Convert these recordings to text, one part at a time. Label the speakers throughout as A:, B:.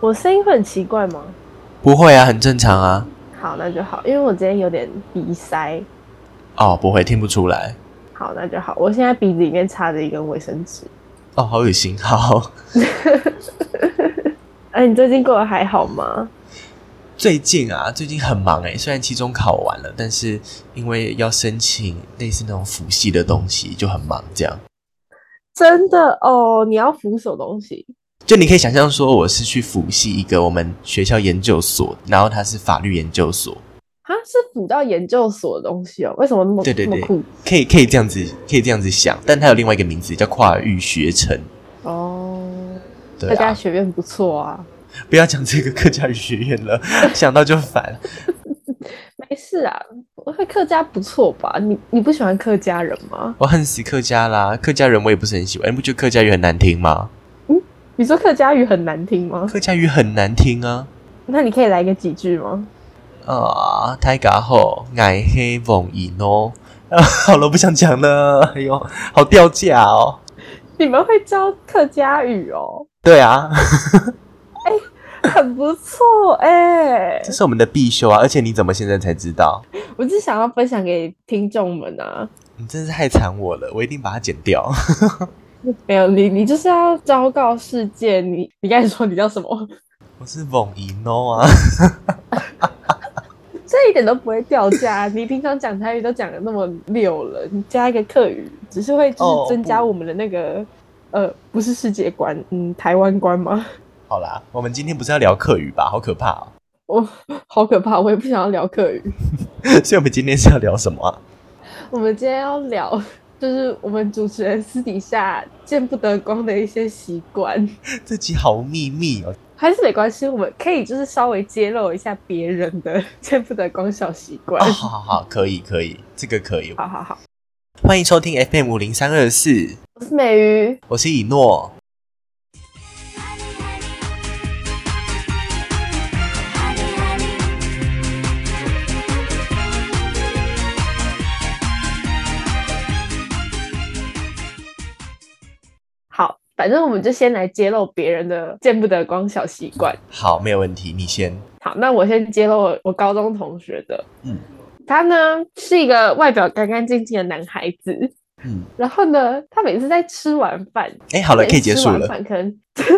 A: 我声音会很奇怪吗？
B: 不会啊，很正常啊。
A: 好，那就好，因为我今天有点鼻塞。
B: 哦，不会，听不出来。
A: 好，那就好。我现在鼻子里面插着一根卫生纸。
B: 哦，好恶心，好。
A: 哎、你最近过得还好吗？
B: 最近啊，最近很忙诶，虽然期中考完了，但是因为要申请类似那种辅系的东西，就很忙。这样，
A: 真的哦，你要扶手东西。
B: 就你可以想象说，我是去辅系一个我们学校研究所，然后它是法律研究所，
A: 啊，是辅到研究所的东西哦？为什么那么
B: 对对
A: 那么
B: 对
A: 酷？
B: 可以可以这样子，可以这样子想，但它有另外一个名字叫跨域学程。
A: 哦，
B: 对
A: 大家
B: 啊，
A: 学院不错啊。
B: 不要讲这个客家语学院了， 想到就烦。
A: 没事啊，我会客家不错吧？你你不喜欢客家人吗？
B: 我恨死客家啦！客家人我也不是很喜欢，你不觉得客家语很难听吗？
A: 你说客家语很难听吗？
B: 客家语很难听啊！
A: 那你可以来个几句吗？
B: 啊，太嘎后矮黑蒙伊诺。啊， 好了，不想讲了。哎呦，好掉价哦。
A: 你们会教客家语哦，
B: 对啊，
A: 很不错哎、
B: 这是我们的必修啊！而且你怎么现在才知道？
A: 我只想要分享给听众们啊，
B: 你真是害惨我了，我一定把它剪掉。
A: 没有你，你就是要昭告世界。你你刚才说你叫什么？
B: 我是蒙伊诺啊，
A: 这一点都不会掉价。你平常讲台语都讲的那么溜了，你加一个客语，只是会就
B: 哦
A: 是增加
B: 不
A: 我们的那个、呃，不是世界观，嗯，台湾观吗？
B: 好啦，我们今天不是要聊客语吧？好可怕哦！
A: 我好可怕，我也不想要聊客语。
B: 所以我们今天是要聊什么啊？
A: 我们今天要聊，就是我们主持人私底下见不得光的一些习惯，
B: 这集好秘密哦。
A: 还是没关系，我们可以就是稍微揭露一下别人的见不得光小习惯。
B: 哦，好好好，可以可以，这个可以。
A: 好好好，
B: 欢迎收听 FM 五零三二四，
A: 我是美鱼，
B: 我是以诺。
A: 好，反正我们就先来揭露别人的见不得光小习惯。
B: 好，没有问题，你先。
A: 好，那我先揭露我我高中同学的，
B: 嗯
A: 他呢是一个外表干干净净的男孩子，
B: 嗯，
A: 然后呢，他每次在吃完饭，
B: 哎、好了，
A: 每
B: 可以
A: 次
B: 结
A: 吃
B: 束
A: 完
B: 了。
A: 饭可能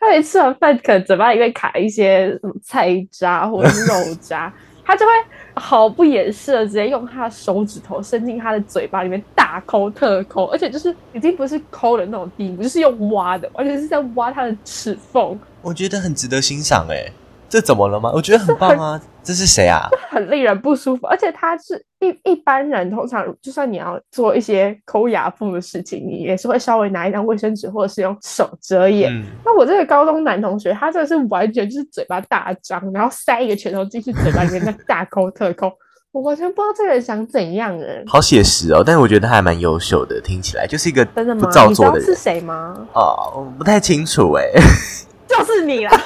A: 他每次吃完饭可能嘴巴里会卡一些什么菜渣或者是肉渣， 他就会毫不掩饰的直接用他的手指头伸进他的嘴巴里面大抠特抠，而且就是已经不是抠的那种地步，就是用挖的，完全是在挖他的齿缝，
B: 我觉得很值得欣赏，哎，这怎么了吗？我觉得很棒 啊。这是谁啊？
A: 很令人不舒服。而且他是一一般人，通常就算你要做一些抠牙缝的事情，你也是会稍微拿一张卫生纸或者是用手遮掩。
B: 嗯，
A: 那我这个高中男同学，他真的是完全就是嘴巴大张，然后塞一个拳头进去嘴巴里面，那大 抠特抠，我完全不知道这个人想怎样哎、
B: 好写实哦，但是我觉得他还蛮优秀的，听起来就是一个
A: 真的
B: 不
A: 吗？
B: 造
A: 你知
B: 作
A: 道
B: 的
A: 是
B: 人。
A: 谁吗？
B: 哦，我不太清楚哎，
A: 就是你啦！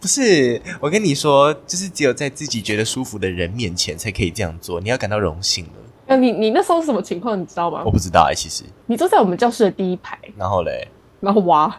B: 不是，我跟你说，就是只有在自己觉得舒服的人面前才可以这样做，你要感到荣幸了。
A: 那你你那时候是什么情况？你知道吗
B: 我？不知道哎、其实，
A: 你坐在我们教室的第一排，
B: 然后嘞，
A: 然后哇，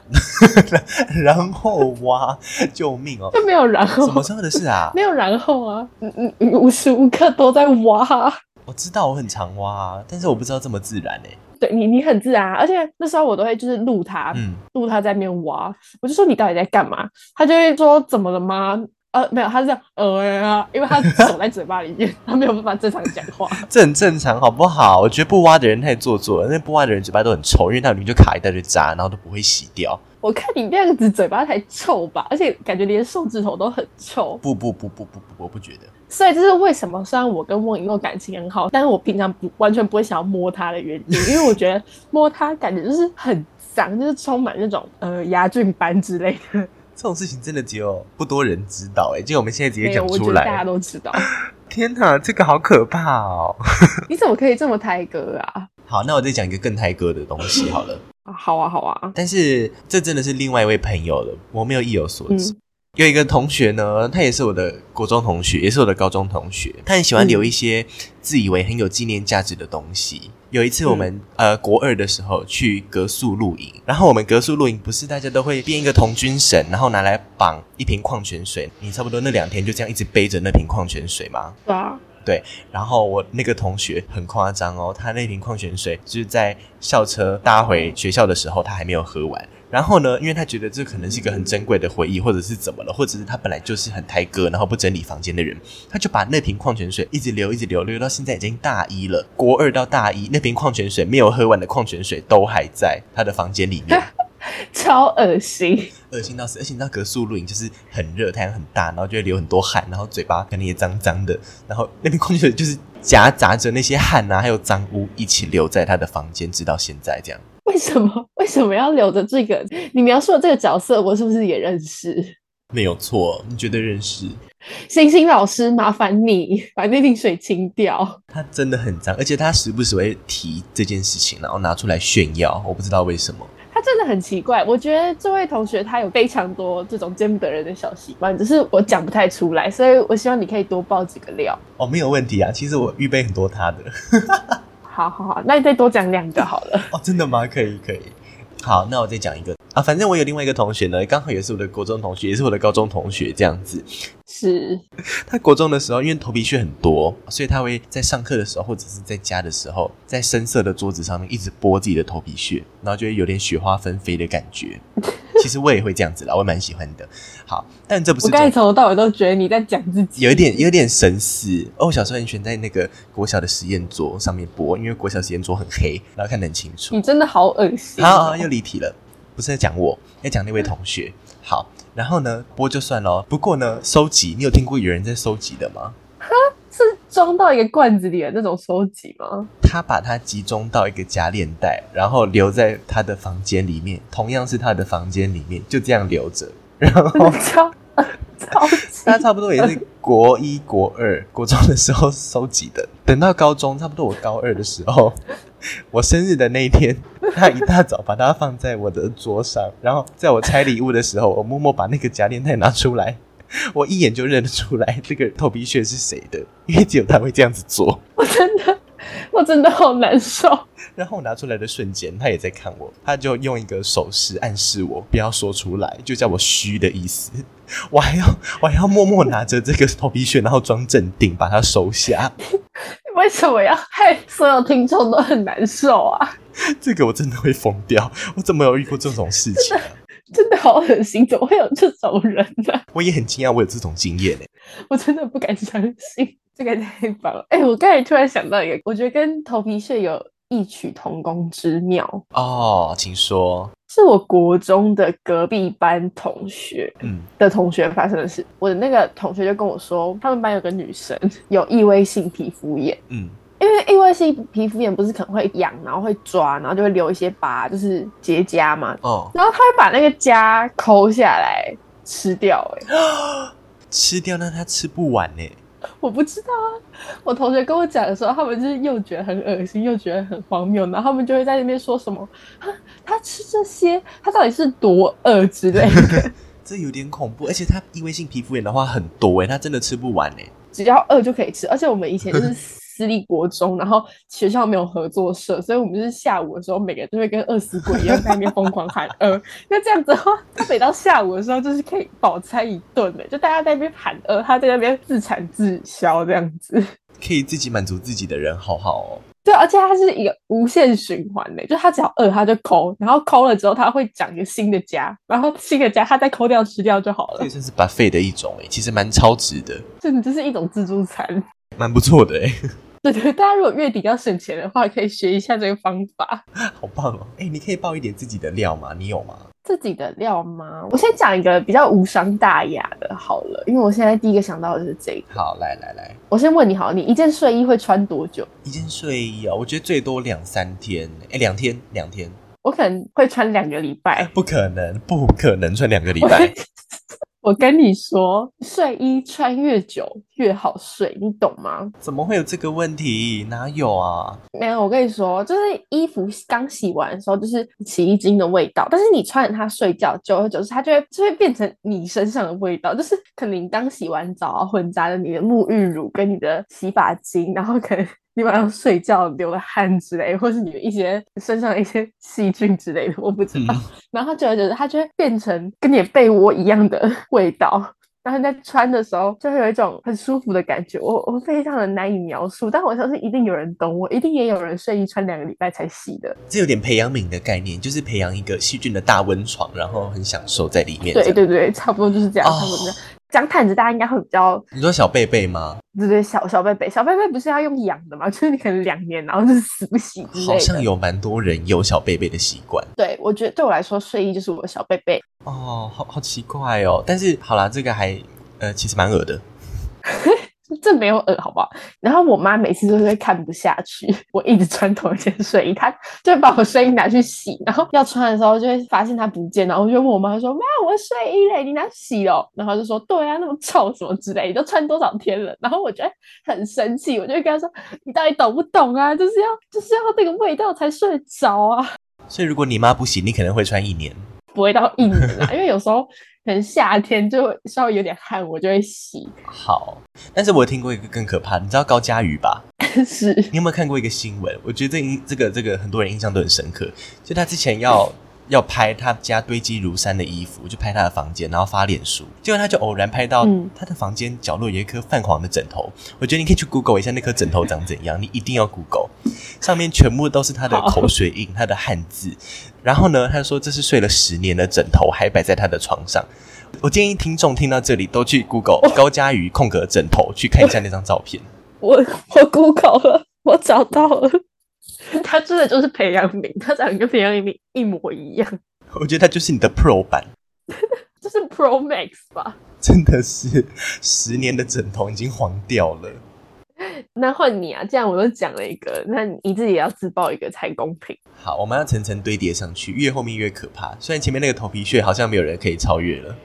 B: 然后哇，救命 哦！
A: 就没有然
B: 什么
A: 后，
B: 时候的事啊？
A: 没有然后啊，嗯嗯嗯，无时无刻都在哇。
B: 我知道我很常挖啊，但是我不知道这么自然哎、
A: 对你，你很自然、啊，而且那时候我都会就是录他，
B: 嗯，
A: 录他在那边挖，我就说你到底在干嘛？他就会说怎么了吗？呃，没有，他是这样呃啊，因为他手在嘴巴里面， 他没有办法正常讲话。
B: 这很正常，好不好？我觉得不挖的人太做作了，那不挖的人嘴巴都很臭，因为它里面就卡一大堆渣，然后都不会洗掉。
A: 我看你那样子嘴巴才臭吧，而且感觉连手指头都很臭。
B: 不不不不不不，我不觉得。
A: 所以这是为什么，虽然我跟翁一诺感情很好，但是我平常不完全不会想要摸他的原因，因为我觉得摸他感觉就是很脏，就是充满那种呃牙菌斑之类的。
B: 这种事情真的只有不多人知道、哎，就我们现在直接
A: 没有，
B: 讲
A: 我觉
B: 出
A: 得大家
B: 来。
A: 都知道。
B: 天哪，这个好可怕哦！
A: 你怎么可以这么抬哥啊？
B: 好，那我再讲一个更胎哥的东西好了。
A: 啊好啊，好啊，
B: 但是这真的是另外一位朋友了，我没有意有所指。
A: 嗯
B: 有一个同学呢，他也是我的国中同学，也是我的高中同学，他很喜欢留一些自以为很有纪念价值的东西。有一次我们、呃国二的时候去格宿露营，然后我们格宿露营不是大家都会编一个童军绳，然后拿来绑一瓶矿泉水，你差不多那两天就这样一直背着那瓶矿泉水吗？
A: 对啊，
B: 然后我那个同学很夸张哦，他那瓶矿泉水就是在校车搭回学校的时候，他还没有喝完。然后呢，因为他觉得这可能是一个很珍贵的回忆，或者是怎么了，或者是他本来就是很抬哥，然后不整理房间的人，他就把那瓶矿泉水一直留，一直留，留到现在已经大一了，国二到大一，那瓶矿泉水没有喝完的矿泉水都还在他的房间里面。
A: 超恶心。
B: 恶心到死，而且你知道格宿露营就是很热，太阳很大，然后就会流很多汗，然后嘴巴可能也脏脏的，然后那边空气水就是夹杂着那些汗啊，还有脏污一起留在他的房间，直到现在这样。
A: 为什么为什么要留着这个？你描述的这个角色，我是不是也认识？
B: 没有错，你绝对认识
A: 星星老师，麻烦你把那瓶水清掉。
B: 他真的很脏，而且他时不时会提这件事情，然后拿出来炫耀，我不知道为什么。
A: 他真的很奇怪，我觉得这位同学他有非常多这种见不得人的小习惯，只是我讲不太出来，所以我希望你可以多爆几个料。
B: 哦，没有问题啊，其实我预备很多他的。
A: 好好好，那你再多讲两个好了。
B: 哦，真的吗？可以，可以。好，那我再讲一个啊，反正我有另外一个同学呢，刚好也是我的国中同学，也是我的高中同学，这样子。
A: 是，
B: 他国中的时候，因为头皮屑很多，所以他会在上课的时候，或者是在家的时候，在深色的桌子上面一直拨自己的头皮屑，然后就会有点雪花纷飞的感 觉。其实我也会这样子啦，我也蛮喜欢的。好，但这不是
A: 我刚才
B: 重
A: 从头到尾都觉得你在讲自己。
B: 有一点有点神似哦。我小时候很喜欢在那个国小的实验桌上面拨，因为国小实验桌很黑，然后看得很清楚。
A: 你真的好恶心、
B: 好、
A: 哦
B: 啊，！又离题了，不是在讲我，要讲那位同学。好，然后呢，播就算了哦。不过呢，收集，你有听过有人在收集的吗？
A: 是装到一个罐子里的那种收集吗？
B: 他把它集中到一个夹链袋，然后留在他的房间里面，同样是他的房间里面，就这样留着。然
A: 真的
B: 后
A: 超超级
B: 他差不多也是国一、国二、国中的时候收集的，等到高中，差不多我高二的时候， 我生日的那一天，他一大早把它放在我的桌上，然后在我拆礼物的时候，我默默把那个夹链袋拿出来，我一眼就认得出来这个头皮屑是谁的，因为只有他会这样子做。
A: 我真的，我真的好难受。
B: 然后我拿出来的瞬间，他也在看我，他就用一个手势暗示我不要说出来，就叫我虚的意思。 我还要我还要默默拿着这个头皮屑，然后装镇定，把它收下。
A: 为什么要害所有听众都很难受啊？
B: 这个我真的会疯掉，我怎么有遇过这种事 情啊、
A: 真的好恶心，怎么会有这种人呢、
B: 我也很惊讶，我有这种经验呢、欸
A: 我真的不敢相信，这个太棒了！哎、我刚才突然想到一个，我觉得跟头皮屑有异曲同工之妙，
B: 哦，请说。
A: 是我国中的隔壁班同学
B: 嗯，
A: 的同学发生的事。我的那个同学就跟我说，他们班有个女生有异位性皮肤炎。
B: 嗯，
A: 因为异位性皮肤炎不是可能会痒，然后会抓，然后就会留一些疤，就是结痂嘛。
B: 哦，
A: 然后他会把那个痂抠下来吃掉、欸，
B: 吃掉那它吃不完呢、欸
A: 我不知道啊。我同学跟我讲的时候，他们就是又觉得很恶心，又觉得很荒谬，然后他们就会在那边说什么啊，他吃这些，他到底是多饿之类的。
B: 这有点恐怖，而且它异位性皮肤炎的话很多哎、它真的吃不完呢、
A: 只要饿就可以吃。而且我们以前就是 私立国中，然后学校没有合作社，所以我们就是下午的时候，每个人都会跟饿死鬼一样在那边疯狂喊 饿。那这样子的话，他每到下午的时候，就是可以饱餐一顿的，就大家在那边喊饿，他在那边自产自销这样子。
B: 可以自己满足自己的人，好好哦。
A: 对，而且它是一个无限循环的，就他只要饿他就抠，然后抠了之后他会长一个新的家，然后新的家他再抠掉吃掉就好
B: 这
A: 了
B: 也，算是 buffet 的一种欸诶，其实蛮超值的，
A: 就你这是一种自助餐。
B: 蛮不错的诶，欸
A: 对对，大家如果月底要省钱的话，可以学一下这个方法。
B: 好棒哦！诶，你可以爆一点自己的料吗？你有吗？
A: 自己的料吗？我先讲一个比较无伤大雅的好了，因为我现在第一个想到的是这个。
B: 好，来来来，
A: 我先问你好，你一件睡衣会穿多久？
B: 一件睡衣哦，我觉得最多两三天，诶，两天，两天，哎
A: 我可能会穿两个礼拜。
B: 不可能，不可能穿两个礼
A: 我
B: 拜，
A: 我跟你说，睡衣穿越久越好睡，你懂吗？
B: 怎么会有这个问题？哪有啊？
A: 没有，我跟你说，就是衣服刚洗完的时候，就是洗衣精的味道，但是你穿着它睡觉，久而久之，它就会就会变成你身上的味道，就是可能你刚洗完澡啊，混杂了你的沐浴乳跟你的洗发精，然后可能。你晚上睡觉流了汗之类，或是你的一些身上的一些细菌之类的，我不知道。
B: 嗯
A: 然后久而久之，它就会变成跟你的被窝一样的 味道。然后你在穿的时候，就会有一种很舒服的感觉，我我非常的难以描述，但我相信一定有人懂我，一定也有人睡衣穿两个礼拜才洗的。
B: 这有点培养皿的概念，就是培养一个细菌的大温床，然后很享受在里面。
A: 对，对对，差不多就是这样，差不多这
B: 哦
A: 样。讲毯子，大家应该会比较
B: 你说小贝贝吗？
A: 对对小小贝贝，小贝贝不是要用养的吗？就是你可能两年，然后就是死不洗之类的。
B: 好像有蛮多人有小贝贝的习惯
A: 对我觉得对我来说，睡衣就是我的小贝贝。
B: 哦，好好奇怪哦。但是好啦，这个还呃，其实蛮恶的。
A: 这没有耳，好不好？然后我妈每次都会看不下去， 我一直穿同一件睡衣，她就会把我睡衣拿去洗，然后要穿的时候就会发现它不见，然后我就问我妈说：“妈，我的睡衣嘞，你拿去洗哦。”然后她就说：“对啊，那么臭什么之类的，都穿多少天了。”然后我就会很生气，我就会跟她说：“你到底懂不懂啊？就是要就是要那个味道才睡得着啊，
B: 所以如果你妈不洗，你可能会穿一年。
A: 不会到一年啊，因为有时候可能夏天就会稍微有点汗，我就会洗。
B: 好，但是我有听过一个更可怕，你知道高佳瑜吧？
A: 是，
B: 你有没有看过一个新闻？我觉得这一这个这个很多人印象都很深刻。就他之前要要拍他家堆积如山的衣服，就拍他的房间，然后发脸书，结果他就偶然拍到
A: 嗯
B: 他的房间角落有一颗泛黄的枕头。我觉得你可以去 Google 一下那颗枕头长怎样，你一定要 Google。上面全部都是他的
A: 好
B: 口水印，他的汗渍。然后呢，他说这是睡了十年的枕头，还摆在他的床上。我建议听众听到这里都去 Google 高佳瑜空格枕头去看一下那张照片。
A: 我我 Google 了，我找到了， 他真的就是培养皿，他长得跟培养皿一模一样，
B: 我觉得他就是你的 Pro 版。
A: 就是 Pro Max 吧。
B: 真的是十年的枕头已经黄掉了。
A: 那换你啊，既然我都讲了一个，那你自己也要自爆一个才公平。
B: 好，我们要层层堆叠上去，越后面越可怕。虽然前面那个头皮屑好像没有人可以超越了。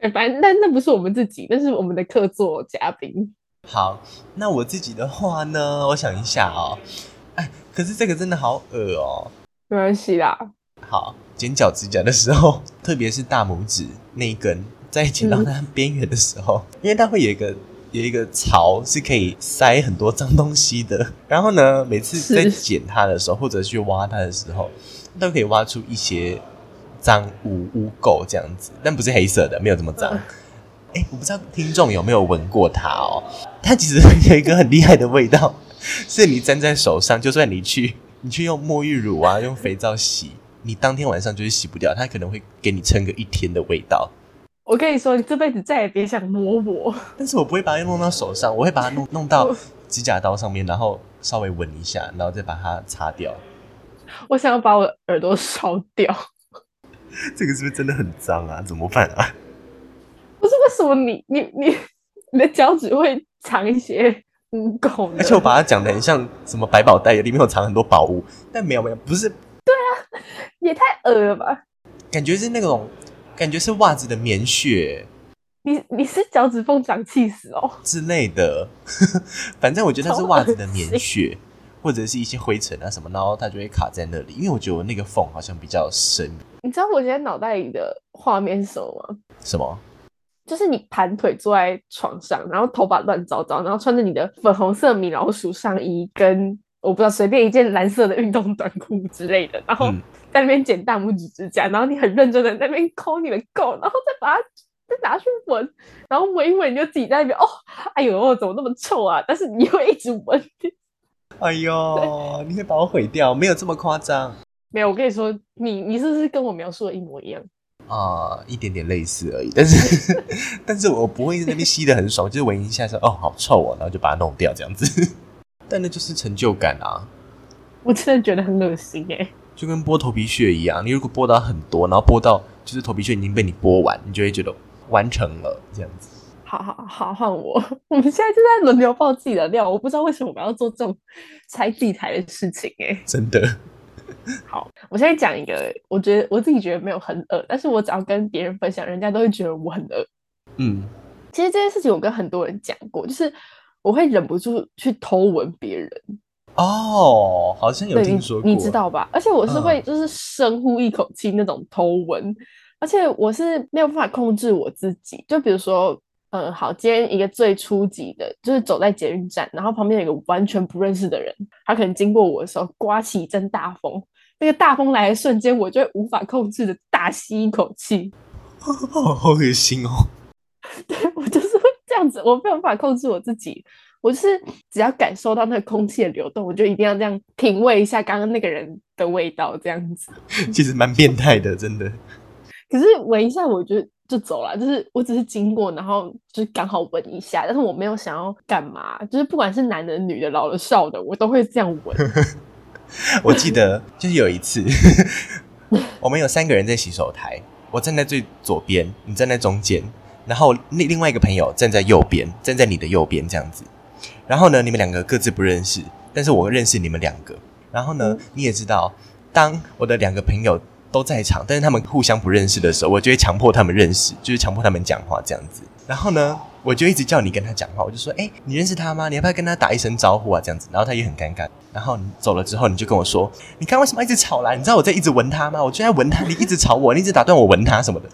A: 哎反正那那不是我们自己，那是我们的客座嘉宾。
B: 好，那我自己的话呢，我想一下哦。哎，可是这个真的好恶哦。
A: 没关系啦，
B: 好，剪脚指甲的时候，特别是大拇指那一根，在剪到它边缘的时候，因为它会有一个有一个槽是可以塞很多脏东西的。然后呢，每次
A: 是
B: 在剪它的时候，或者去挖它的时候，都可以挖出一些脏污污垢这样子，但不是黑色的，没有这么脏。
A: 嗯
B: 哎、我不知道听众有没有闻过它哦，它其实 有一个很厉害的味道，是你沾在手上，就算你去你去用沐浴乳啊，用肥皂洗，你当天晚上就是洗不掉，它可能会给你撑个一天的味道。
A: 我跟你说，你这辈子再也别想摸我。
B: 但是我不会把它弄到手上，我会把它弄弄到
A: 我
B: 指甲刀上面，然后稍微闻一下，然后再把它擦掉。
A: 我想要把我的耳朵烧掉。
B: 这个是不是真的很脏啊？怎么办啊？
A: 不是为什么你你你你的脚趾会藏一些污垢呢？
B: 而且我把它讲的很像什么百宝袋，里面有藏很多宝物，但没有没有，不是
A: 也太恶了吧！
B: 感觉是那种，感觉是袜子的棉屑
A: 你你是脚趾缝长气死哦！
B: 之类的。 反正我觉得它是
A: 超恶
B: 袜子的棉
A: 心
B: 屑，或者是一些灰尘啊什么，然后它就会卡在那里。因为我觉得我那个缝好像比较深，
A: 你知道我现在脑袋里的画面是什么吗？
B: 什么
A: 就是你盘腿坐在床上，然后头发乱糟糟，然后穿着你的粉红色米老鼠上衣跟。我不知道，随便一件蓝色的运动短裤之类的，然后
B: 嗯
A: 在那边剪大拇指指甲，然后你很认真的在那边抠你的垢，然后再把它再拿去闻，然后闻一闻你就自己在那边哦，哎呦，怎么那么臭啊？但是你会一直闻，
B: 哎呦，你会把我毁掉，没有这么夸张
A: 没有，我跟你说，你你是不是跟我描述的一模一样？
B: 啊、一点点类似而已。但是， 但是我不会在那边吸的很爽， 就是闻一下说哦好臭哦，然后就把它弄掉这样子。 但那就是成就感啊，
A: 我真的觉得很恶心哎、
B: 就跟剥头皮屑一样，你如果剥到很多，然后剥到就是头皮屑已经被你剥完，你就会觉得完成了这样子。
A: 好好好，换我。 我们现在就在轮流爆自己的料，我不知道为什么我们要做这种拆地台的事情哎、
B: 真的。
A: 好，我现在讲一个，我觉得我自己觉得没有很恶，但是我只要跟别人分享，人家都会觉得我很恶。
B: 嗯，
A: 其实这件事情我跟很多人讲过，就是我会忍不住去偷闻别人，
B: 哦，好像有
A: 对
B: 听
A: 你
B: 说过，啊
A: 你知道吧？而且我是
B: 嗯
A: 会就是深呼一口气那种偷闻，而且我是没有办法控制我自己。就比如说，嗯，好，今天一个最初级的，就是走在捷运站，然后旁边有一个完全不认识的人，他可能经过我的时候刮起一阵大风，那个大风来的瞬间，我就会无法控制的大吸一口气，
B: 哦，好恶心哦。
A: 对我就是会这样子，我没有办法控制我自己。我就是只要感受到那个空气的流动，我就一定要这样品味一下刚刚那个人的味道，这样子。
B: 其实蛮变态的，真的。
A: 可是闻一下我就就走了，就是我只是经过，然后就是刚好闻一下，但是我没有想要干嘛，就是不管是男的、女的、老的、少的，我都会这样闻。
B: 我记得就是有一次， 我们有三个人在洗手台，我站在最左边，你站在中间，然后另另外一个朋友站在右边，站在你的右边这样子。然后呢，你们两个各自不认识，但是我认识你们两个。然后呢
A: 嗯，
B: 你也知道，当我的两个朋友都在场，但是他们互相不认识的时候，我就会强迫他们认识，就是强迫他们讲话这样子。然后呢，我就一直叫你跟他讲话，我就说：“哎、你认识他吗？你要不要跟他打一声招呼啊？”这样子，然后他也很尴尬。然后你走了之后，你就跟我说：“你刚刚为什么一直吵啦？你知道我在一直闻他吗？我就在闻他，你一直吵我，你一直打断我闻他什么的。”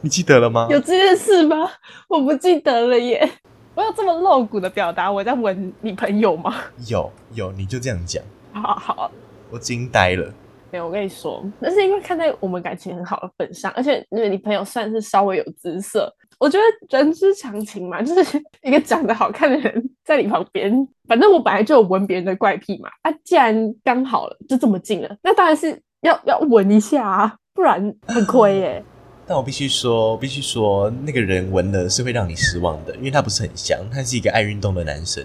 B: 你记得了吗？
A: 有这件事吗？我不记得了耶。 我有这么露骨的表达我在闻你朋友吗？
B: 有有，你就这样讲，
A: 好好，
B: 我惊呆了。
A: 没有，我跟你说，那是因为看在我们感情很好的份上，而且因为你朋友算是稍微有姿色，我觉得人之常情嘛，就是 一个长得好看的人在你旁边，反正我本来就有闻别人的怪癖嘛，啊，既然刚好了，就这么近了，那当然是要要闻一下啊，不然很亏耶、
B: 但我必须说，我必须说，那个人闻了是会让你失望的，因为他不是很香，他是一个爱运动的男生。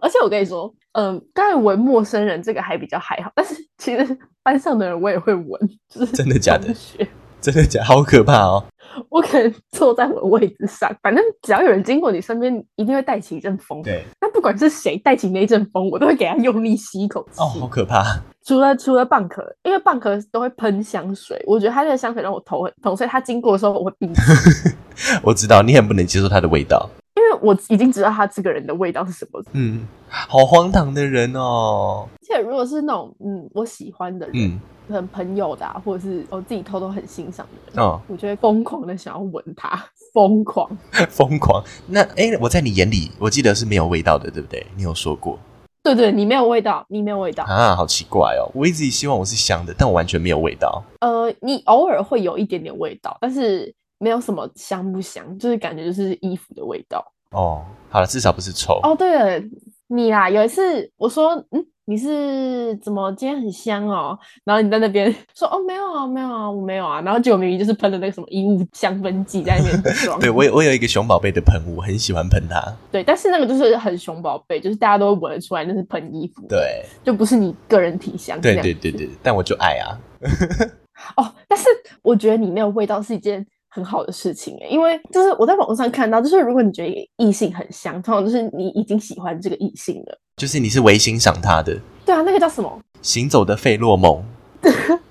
A: 而且我跟你说，嗯，刚才闻陌生人这个还比较还好，但是其实班上的人我也会闻，就是
B: 真的假的
A: 同学
B: 真的假？好可怕哦！
A: 我可能坐在我位置上，反正只要有人经过你身边，一定会带起一阵风。
B: 对，
A: 那不管是谁带起那一阵风，我都会给他用力吸一口气。
B: 哦，好可怕。
A: 除了除了蚌壳，因为蚌壳都会喷香水，我觉得它这个香水让我头很痛，所以它经过的时候我会闭气，
B: 我知道你很不能接受他的味道。
A: 因为我已经知道它这个人的味道是什么。
B: 嗯，好荒唐的人哦。
A: 而且如果是那种嗯我喜欢的人，
B: 嗯，
A: 可能朋友的、啊，或者是我自己偷偷很欣赏的人，
B: 哦，
A: 我就会疯狂的想要闻它，疯狂。
B: 疯狂。那哎、我在你眼里，我记得是没有味道的，对不对？你有说过
A: 对对，你没有味道，你没有味道。
B: 啊？好奇怪哦。我一直希望我是香的，但我完全没有味道。
A: 呃，你偶尔会有一点点味道，但是没有什么香不香，就是感觉就是衣服的味道。
B: 哦，好了，至少不是臭。
A: 哦，对了，你啦，有一次我说，嗯，你是怎么今天很香哦？然后你在那边 说，哦，没有啊，没有啊，我没有啊。然后结果明明就是喷的那个什么衣物香氛剂在那 边装。
B: 对我有我有一个熊宝贝的喷雾，我很喜欢喷它。
A: 对，但是那个就是很熊宝贝，就是大家都会闻得出来那是喷衣服，，
B: 对
A: 就不是你个人体香这
B: 对
A: 样。
B: 对对对，但我就爱啊。
A: 哦，但是我觉得你没有味道是一件很好的事情耶，欸因为就是我在网络上看到，就是如果你觉得异性很香，通常就是你已经喜欢这个异性了。
B: 就是你是唯欣赏他的
A: 对啊，那个叫什么？
B: 行走的费洛蒙。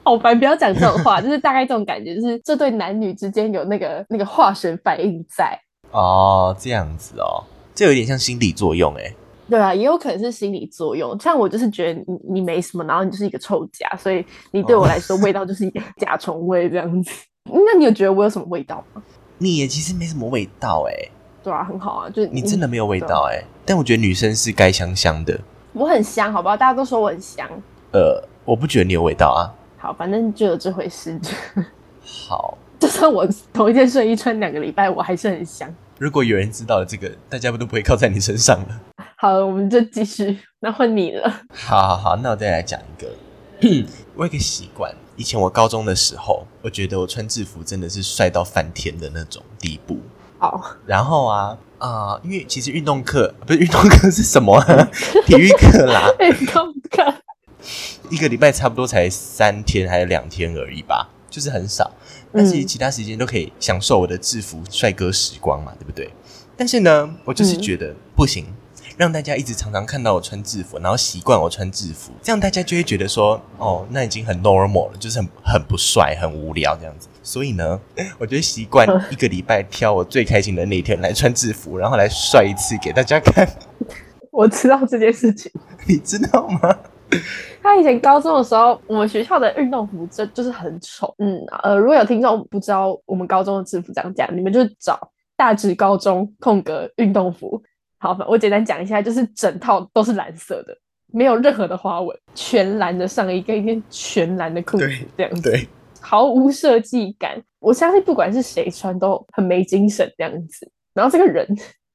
A: 好烦，不要讲这种 话，就是大概这种感觉，就是这对男女之间有那个那个化学反应在。
B: 哦，这样子哦，这有点像心理作用哎。
A: 对啊，也有可能是心理作用。像我就是觉得你你没什么，然后你就是一个臭甲，所以你对我来
B: 哦
A: 说味道就是 一个甲虫味这样子。那你有觉得我有什么味道吗？
B: 你也其实没什么味道哎，
A: 对啊，很好啊，就是
B: 你真的没有味道哎。但我觉得女生是该香香的。
A: 我很香，好不好？大家都说我很香，
B: 呃，我不觉得你有味道啊。
A: 好，反正就有这回事。 就
B: 好，
A: 就算我同一件睡衣穿两个礼拜，我还是很香。
B: 如果有人知道了这个，大家都不会靠在你身上了。
A: 好了，我们就继续， 那换你了。
B: 好好好，那我再来讲一个。 我有一个习惯，以前我高中的时候，我觉得我穿制服真的是帅到翻天的那种地步。
A: 好，
B: 然后啊啊、因为其实运动课不是运动课是什么、啊？ 体育课啦，
A: 哎、看不看？
B: 一个礼拜差不多才三天还是两天而已吧，就是很少。但是
A: 嗯
B: 其他时间都可以享受我的制服帅哥时光嘛，对不对？但是呢，我就是觉得、不行，让大家一直常常看到我穿制服，然后习惯我穿制服，这样大家就会觉得说，哦，那已经很 normal 了，就是很很不帅、很无聊这样子。所以呢， 我觉得习惯一个礼拜挑我最开心的那一天来穿制服，然后来帅一次给大家看，
A: 我知道这件事情。
B: 你知道吗？
A: 他以前高中的时候，我们学校的运动服就就是很丑。嗯，呃，如果有听众不知道我们高中的制服长这样，你们就找大直高中空格运动服。好，我简单讲一下，就是整套都是蓝色的，没有任何的花纹，全蓝的上衣跟一件全蓝的裤子
B: 对，
A: 这样子，
B: 对，
A: 毫无设计感。我相信不管是谁穿都很没精神这样子。然后这个人，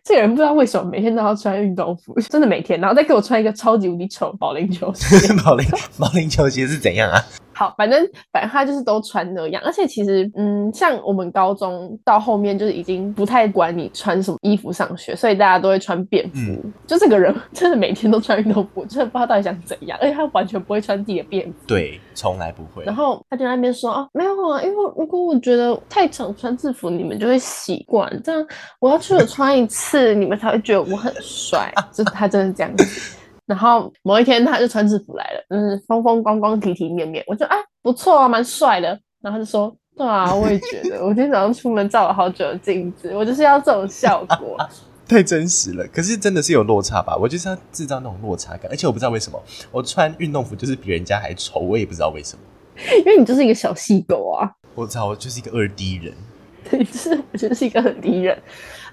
A: 这个人不知道为什么每天都要穿运动服，真的每天，然后再给我穿一个超级无敌丑的保龄球鞋。
B: 保龄保龄球鞋是怎样啊？
A: 好，反正反正他就是都穿那样，而且其实，嗯，像我们高中到后面就是已经不太管你穿什么衣服上学，所以大家都会穿便服。
B: 嗯
A: 就这个人 真的每天都穿运动服，真的不知道到底想怎样，而且他完全不会穿自己的便服。
B: 对，从来不会。
A: 然后他就在那边说啊，没有啊，因为如果我觉得太常穿制服，你们就会习惯，这样我要去了穿一次，你们才会觉得我很帅。就是他真的这样子。然后某一天他就穿制服来了，嗯，风风光光、体体面面，我就哎不错啊，蛮帅的。然后他就说。对啊，我也觉得。我今天早上出门照了好久的镜子，我就是要这种效果。
B: 太真实了，可是真的是有落差吧？我就是要制造那种落差感，而且我不知道为什么我穿运动服就是比人家还丑，我也不知道为什么。
A: 因为你就是一个小细狗啊，
B: 我操，我就是一个二 D 人，
A: 对，就是我觉得是一个很低人。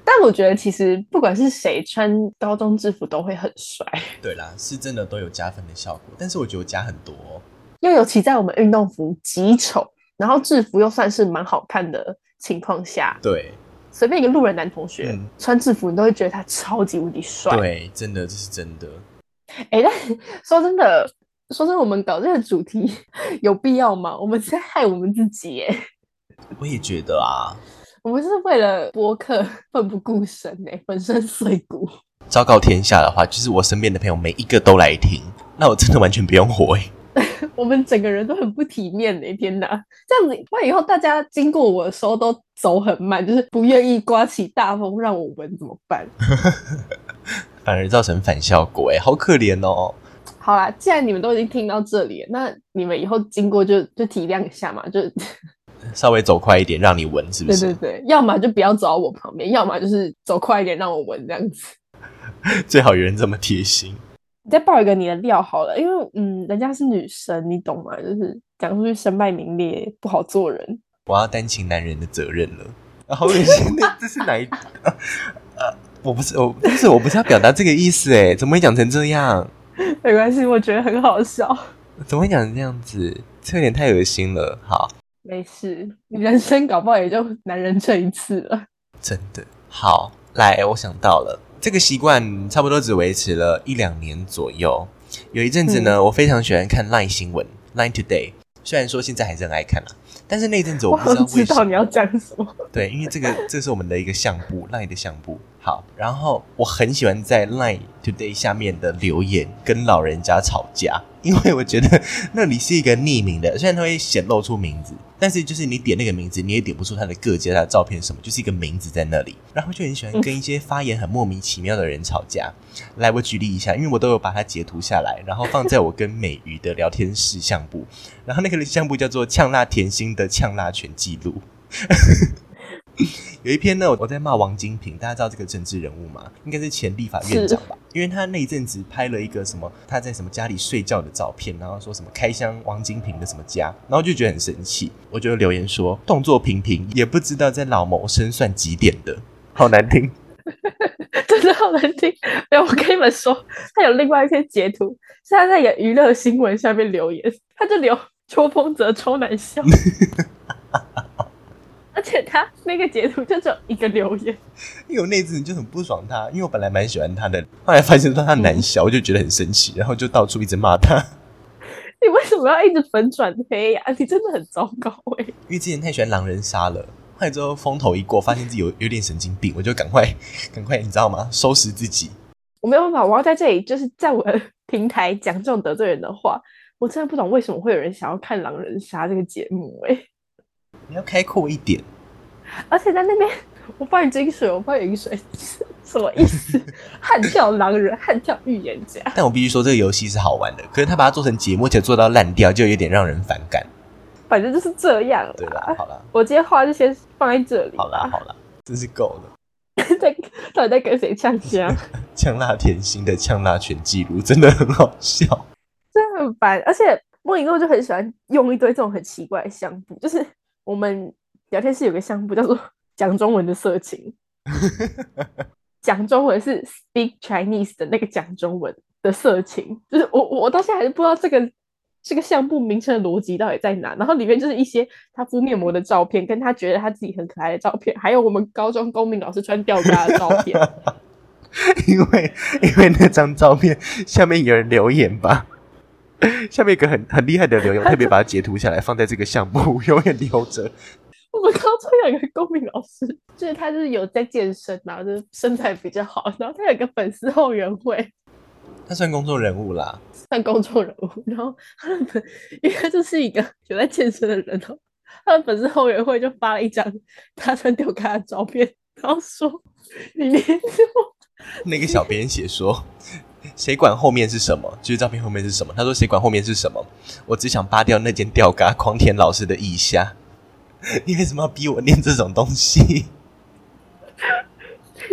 A: 但我觉得其实不管是谁穿高中制服都会很帅，
B: 对啦，是真的都有加分的效果，但是我觉得我加很多哦、
A: 又尤其在我们运动服极丑，然后制服又算是蛮好看的情况下，
B: 对
A: 随便一个路人男同学、
B: 嗯
A: 穿制服，你都会觉得他超级无敌帅。
B: 对，真的这是真的，
A: 哎，但是说真的，说真的，我们搞这个主题有必要吗？我们是在害我们自己耶，
B: 我也觉得啊。
A: 我们是为了播客奋不顾身哎，粉身碎骨。
B: 昭告天下的话，就是我身边的朋友每一个都来听，那我真的完全不用活、欸。
A: 我们整个人都很不体面的、天哪！这样子，不然以后大家经过我的时候都走很慢，就是不愿意刮起大风让我闻，怎么办？
B: 反而造成反效果、欸，好可怜哦。
A: 好啦，既然你们都已经听到这里了，那你们以后经过就就体谅一下嘛，就
B: 稍微走快一点，让你闻，是不
A: 对
B: 是？
A: 对对，要么就不要走到我旁边，要么就是走快一点让我闻这样子。
B: 最好有人这么贴心。
A: 你再爆一个你的料好了，因为嗯，人家是女生，你懂吗？就是讲出去身败名裂，不好做人。
B: 我要担起男人的责任 了。啊、好恶心！那这是哪一？呃、呃我不是我，不是我不是要表达这个意思哎，怎么会讲成这样？
A: 没关系，我觉得很好笑。
B: 怎么会讲成这样子？这有点太恶心了。好，
A: 没事，你人生搞不好也就男人这一次了。
B: 真的好，来，我想到了，这个习惯差不多只维持了一两年左右。有一阵子
A: 嗯
B: 呢，我非常喜欢看 LINE 新闻，LINE Today。虽然说现在还是很爱看啦、但是那一阵子我
A: 我
B: 不知道
A: 好
B: 为
A: 知
B: 什
A: 道
B: 么
A: 你，要讲什么。
B: 对，因为这个这是我们的一个相簿，LINE 的相簿。好，然后我很喜欢在 LINE Today 下面的留言跟老人家吵架，因为我觉得 那里是一个匿名的，虽然它会显露出名字，但是就是你点那个名字，你也点不出他的个阶、他的照片什么，就是一个名字在那里。然后就很喜欢跟一些发言很莫名其妙的人吵架。来，我举例一下，因为我都有把它截图下来，然后放在我跟美鱼的聊天室相簿，然后那个相簿叫做“呛辣甜心的呛辣全记录”。 有一篇呢，我在骂王金平，大家知道这个政治人物吗？应该是前立法院长吧，因为他那一阵子拍了一个什么他在什么家里睡觉的照片，然后说什么开箱王金平的什么家，然后就觉得很生气，我就留言说动作平平，也不知道在老谋深算几点的，好难听。
A: 真的好难听。没有，我跟你们说，他有另外一篇截图，是他在一个娱乐新闻下面留言，他就留秋风泽超难 笑，而且他那个截图就只有一个留言，
B: 因为我那一阵子就很不爽他，因为我本来蛮喜欢他的，后来发现说他难笑，我就觉得很生气，然后就到处一直骂他。
A: 你为什么要一直粉转黑呀、你真的很糟糕哎、
B: 因为之前太喜欢狼人杀了，后来之后风头一过，发现自己有有点神经病，我就赶快赶快，你知道吗？收拾自己。
A: 我没有办法，我要在这里就是在我的 平台讲这种得罪人的话，我真的不懂为什么会有人想要看狼人杀这个节目哎、
B: 你要开阔一点，
A: 而且在那边我放你金水，我放你银水，什么意思？ 悍跳狼人，悍跳预言家，
B: 但我必须说，这个游戏是好玩的，可是他把它做成节目，而且做到烂掉，就有点让人反感。
A: 反正就是这样
B: 对啦
A: 啦，。
B: 好啦，
A: 我今天话就先放在这里。
B: 好啦，，好啦，真是够了。
A: 在到底在跟谁呛呛？
B: 呛辣甜心的呛辣全记录真的很好笑，
A: 真的很烦。而且莫影诺就很喜欢用一堆这种很奇怪的相簿，就是我们聊天室有个相簿叫做“讲中文的色情”，讲中文是 “speak Chinese” 的那个讲中文的色情，就是我我我到现在还是不知道这个。这个相簿名称的逻辑到底在哪？然后里面就是一些他敷面膜的照片，跟他觉得他自己很可爱的照片，还有我们高中公民老师穿吊嘎的照片。
B: 因为因为那张照片下面有人留言吧，下面有一个很很厉害的留言，我特别把它截图下来放在这个项目， 永远留着。
A: 我们高中有一个公民老师，就是他就是有在健身嘛，就是身材比较好，然后他有一个粉丝后援会，
B: 他算公众人物啦，
A: 算公众人物，然后他的粉，因为他就是一个有在健身的人，然后他的粉丝后援会就发了一张他穿吊咖的照片，然后说里面是我，
B: 那个小编写说，谁管后面是什么？就是照片后面是什么？他说谁管后面是什么？我只想扒掉那件吊嘎，狂舔老师的腋下。 你为什么要逼我念这种东西？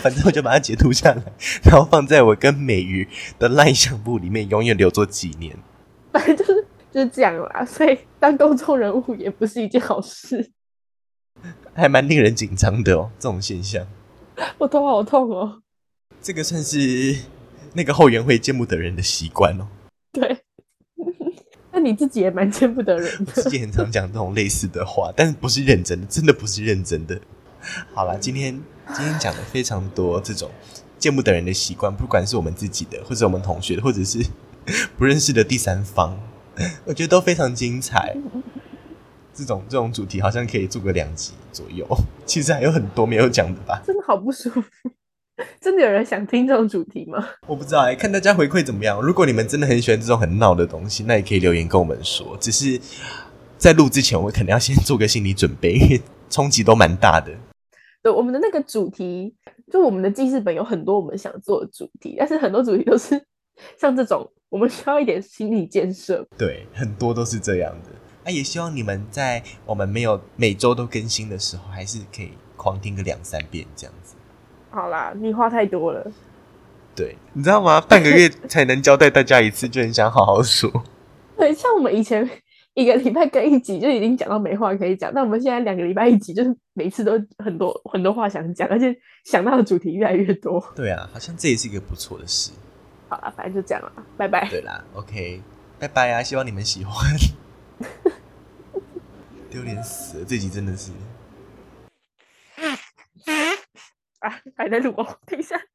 B: 反正我就把它截图下来，然后放在我跟美鱼的赖相簿里面，永远留作纪念。
A: 反正就是就是这样啦，所以当公众人物也不是一件好事，
B: 还蛮令人紧张的哦，这种现象。
A: 我头好痛哦，
B: 这个算是那个后援会见不得人的习惯哦。
A: 对。那你自己也蛮见不得人的
B: 我，之前很常讲这种类似的话，但是不是认真的，真的不是认真的。好啦，今天今天讲的非常多这种见不得人的习惯，不管是我们自己的，或者我们同学的，或者是 不认识的第三方，我觉得都非常精彩。这种这种主题好像可以做个两集左右，其实还有很多没有讲的吧？
A: 真的好不舒服。 真的有人想听这种主题吗？
B: 我不知道哎、看大家回馈怎么样。如果你们真的很喜欢这种很闹的东西，那也可以留言跟我们说。只是在录之前，我可能要先做个心理准备， 因为冲击都蛮大的。
A: 对，我们的那个主题，就我们的记事本有很多我们想做的主题，但是很多主题都是 像这种，我们需要一点心理建设。
B: 对，很多都是这样的。那、也希望你们在我们没有每周都更新的时候，还是可以狂听个两三遍这样子。
A: 好啦，你话太多了，
B: 对，你知道吗？半个月才能交代大家一次，就很想好好说。
A: 对，像我们以前 一个礼拜更一集就已经讲到没话可以讲，但我们现在两个礼拜一集，就是每次都很多很多话想讲，而且想到的主题越来越多。
B: 对啊，好像这也是一个不错的事。
A: 好啦，反正就这样啦，拜拜。
B: 对啦，OK，拜拜啊！希望你们喜欢。 丢脸死了，这集真的是。
A: 啊，还在录哦，等一下。